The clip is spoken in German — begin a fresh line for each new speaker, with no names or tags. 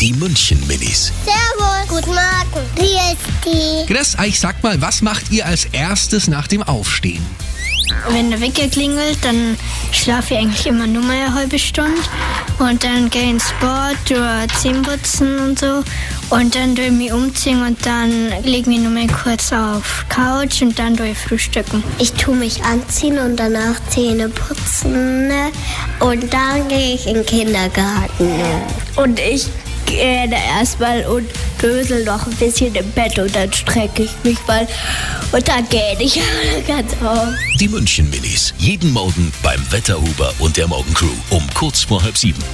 Die München Minis.
Servus. Guten Morgen. Wie ist die?
Chris, ich sag mal, was macht ihr als erstes nach dem Aufstehen?
Wenn der Wecker klingelt, dann schlafe ich eigentlich immer nur mal eine halbe Stunde. Und dann gehe ich ins Sport, tue Zähneputzen und so. Und dann tue ich mich umziehen und dann lege ich mich nur mal kurz auf Couch und dann tue ich frühstücken.
Ich tue mich anziehen und danach Zähne putzen. ne? Und dann gehe ich in den Kindergarten. ne?
Und ich gehe da erstmal und dösel noch ein bisschen im Bett und dann strecke ich mich mal und dann gehe ich ganz auf.
Die München Minis. Jeden Morgen beim Wetterhuber und der Morgencrew um kurz vor halb sieben.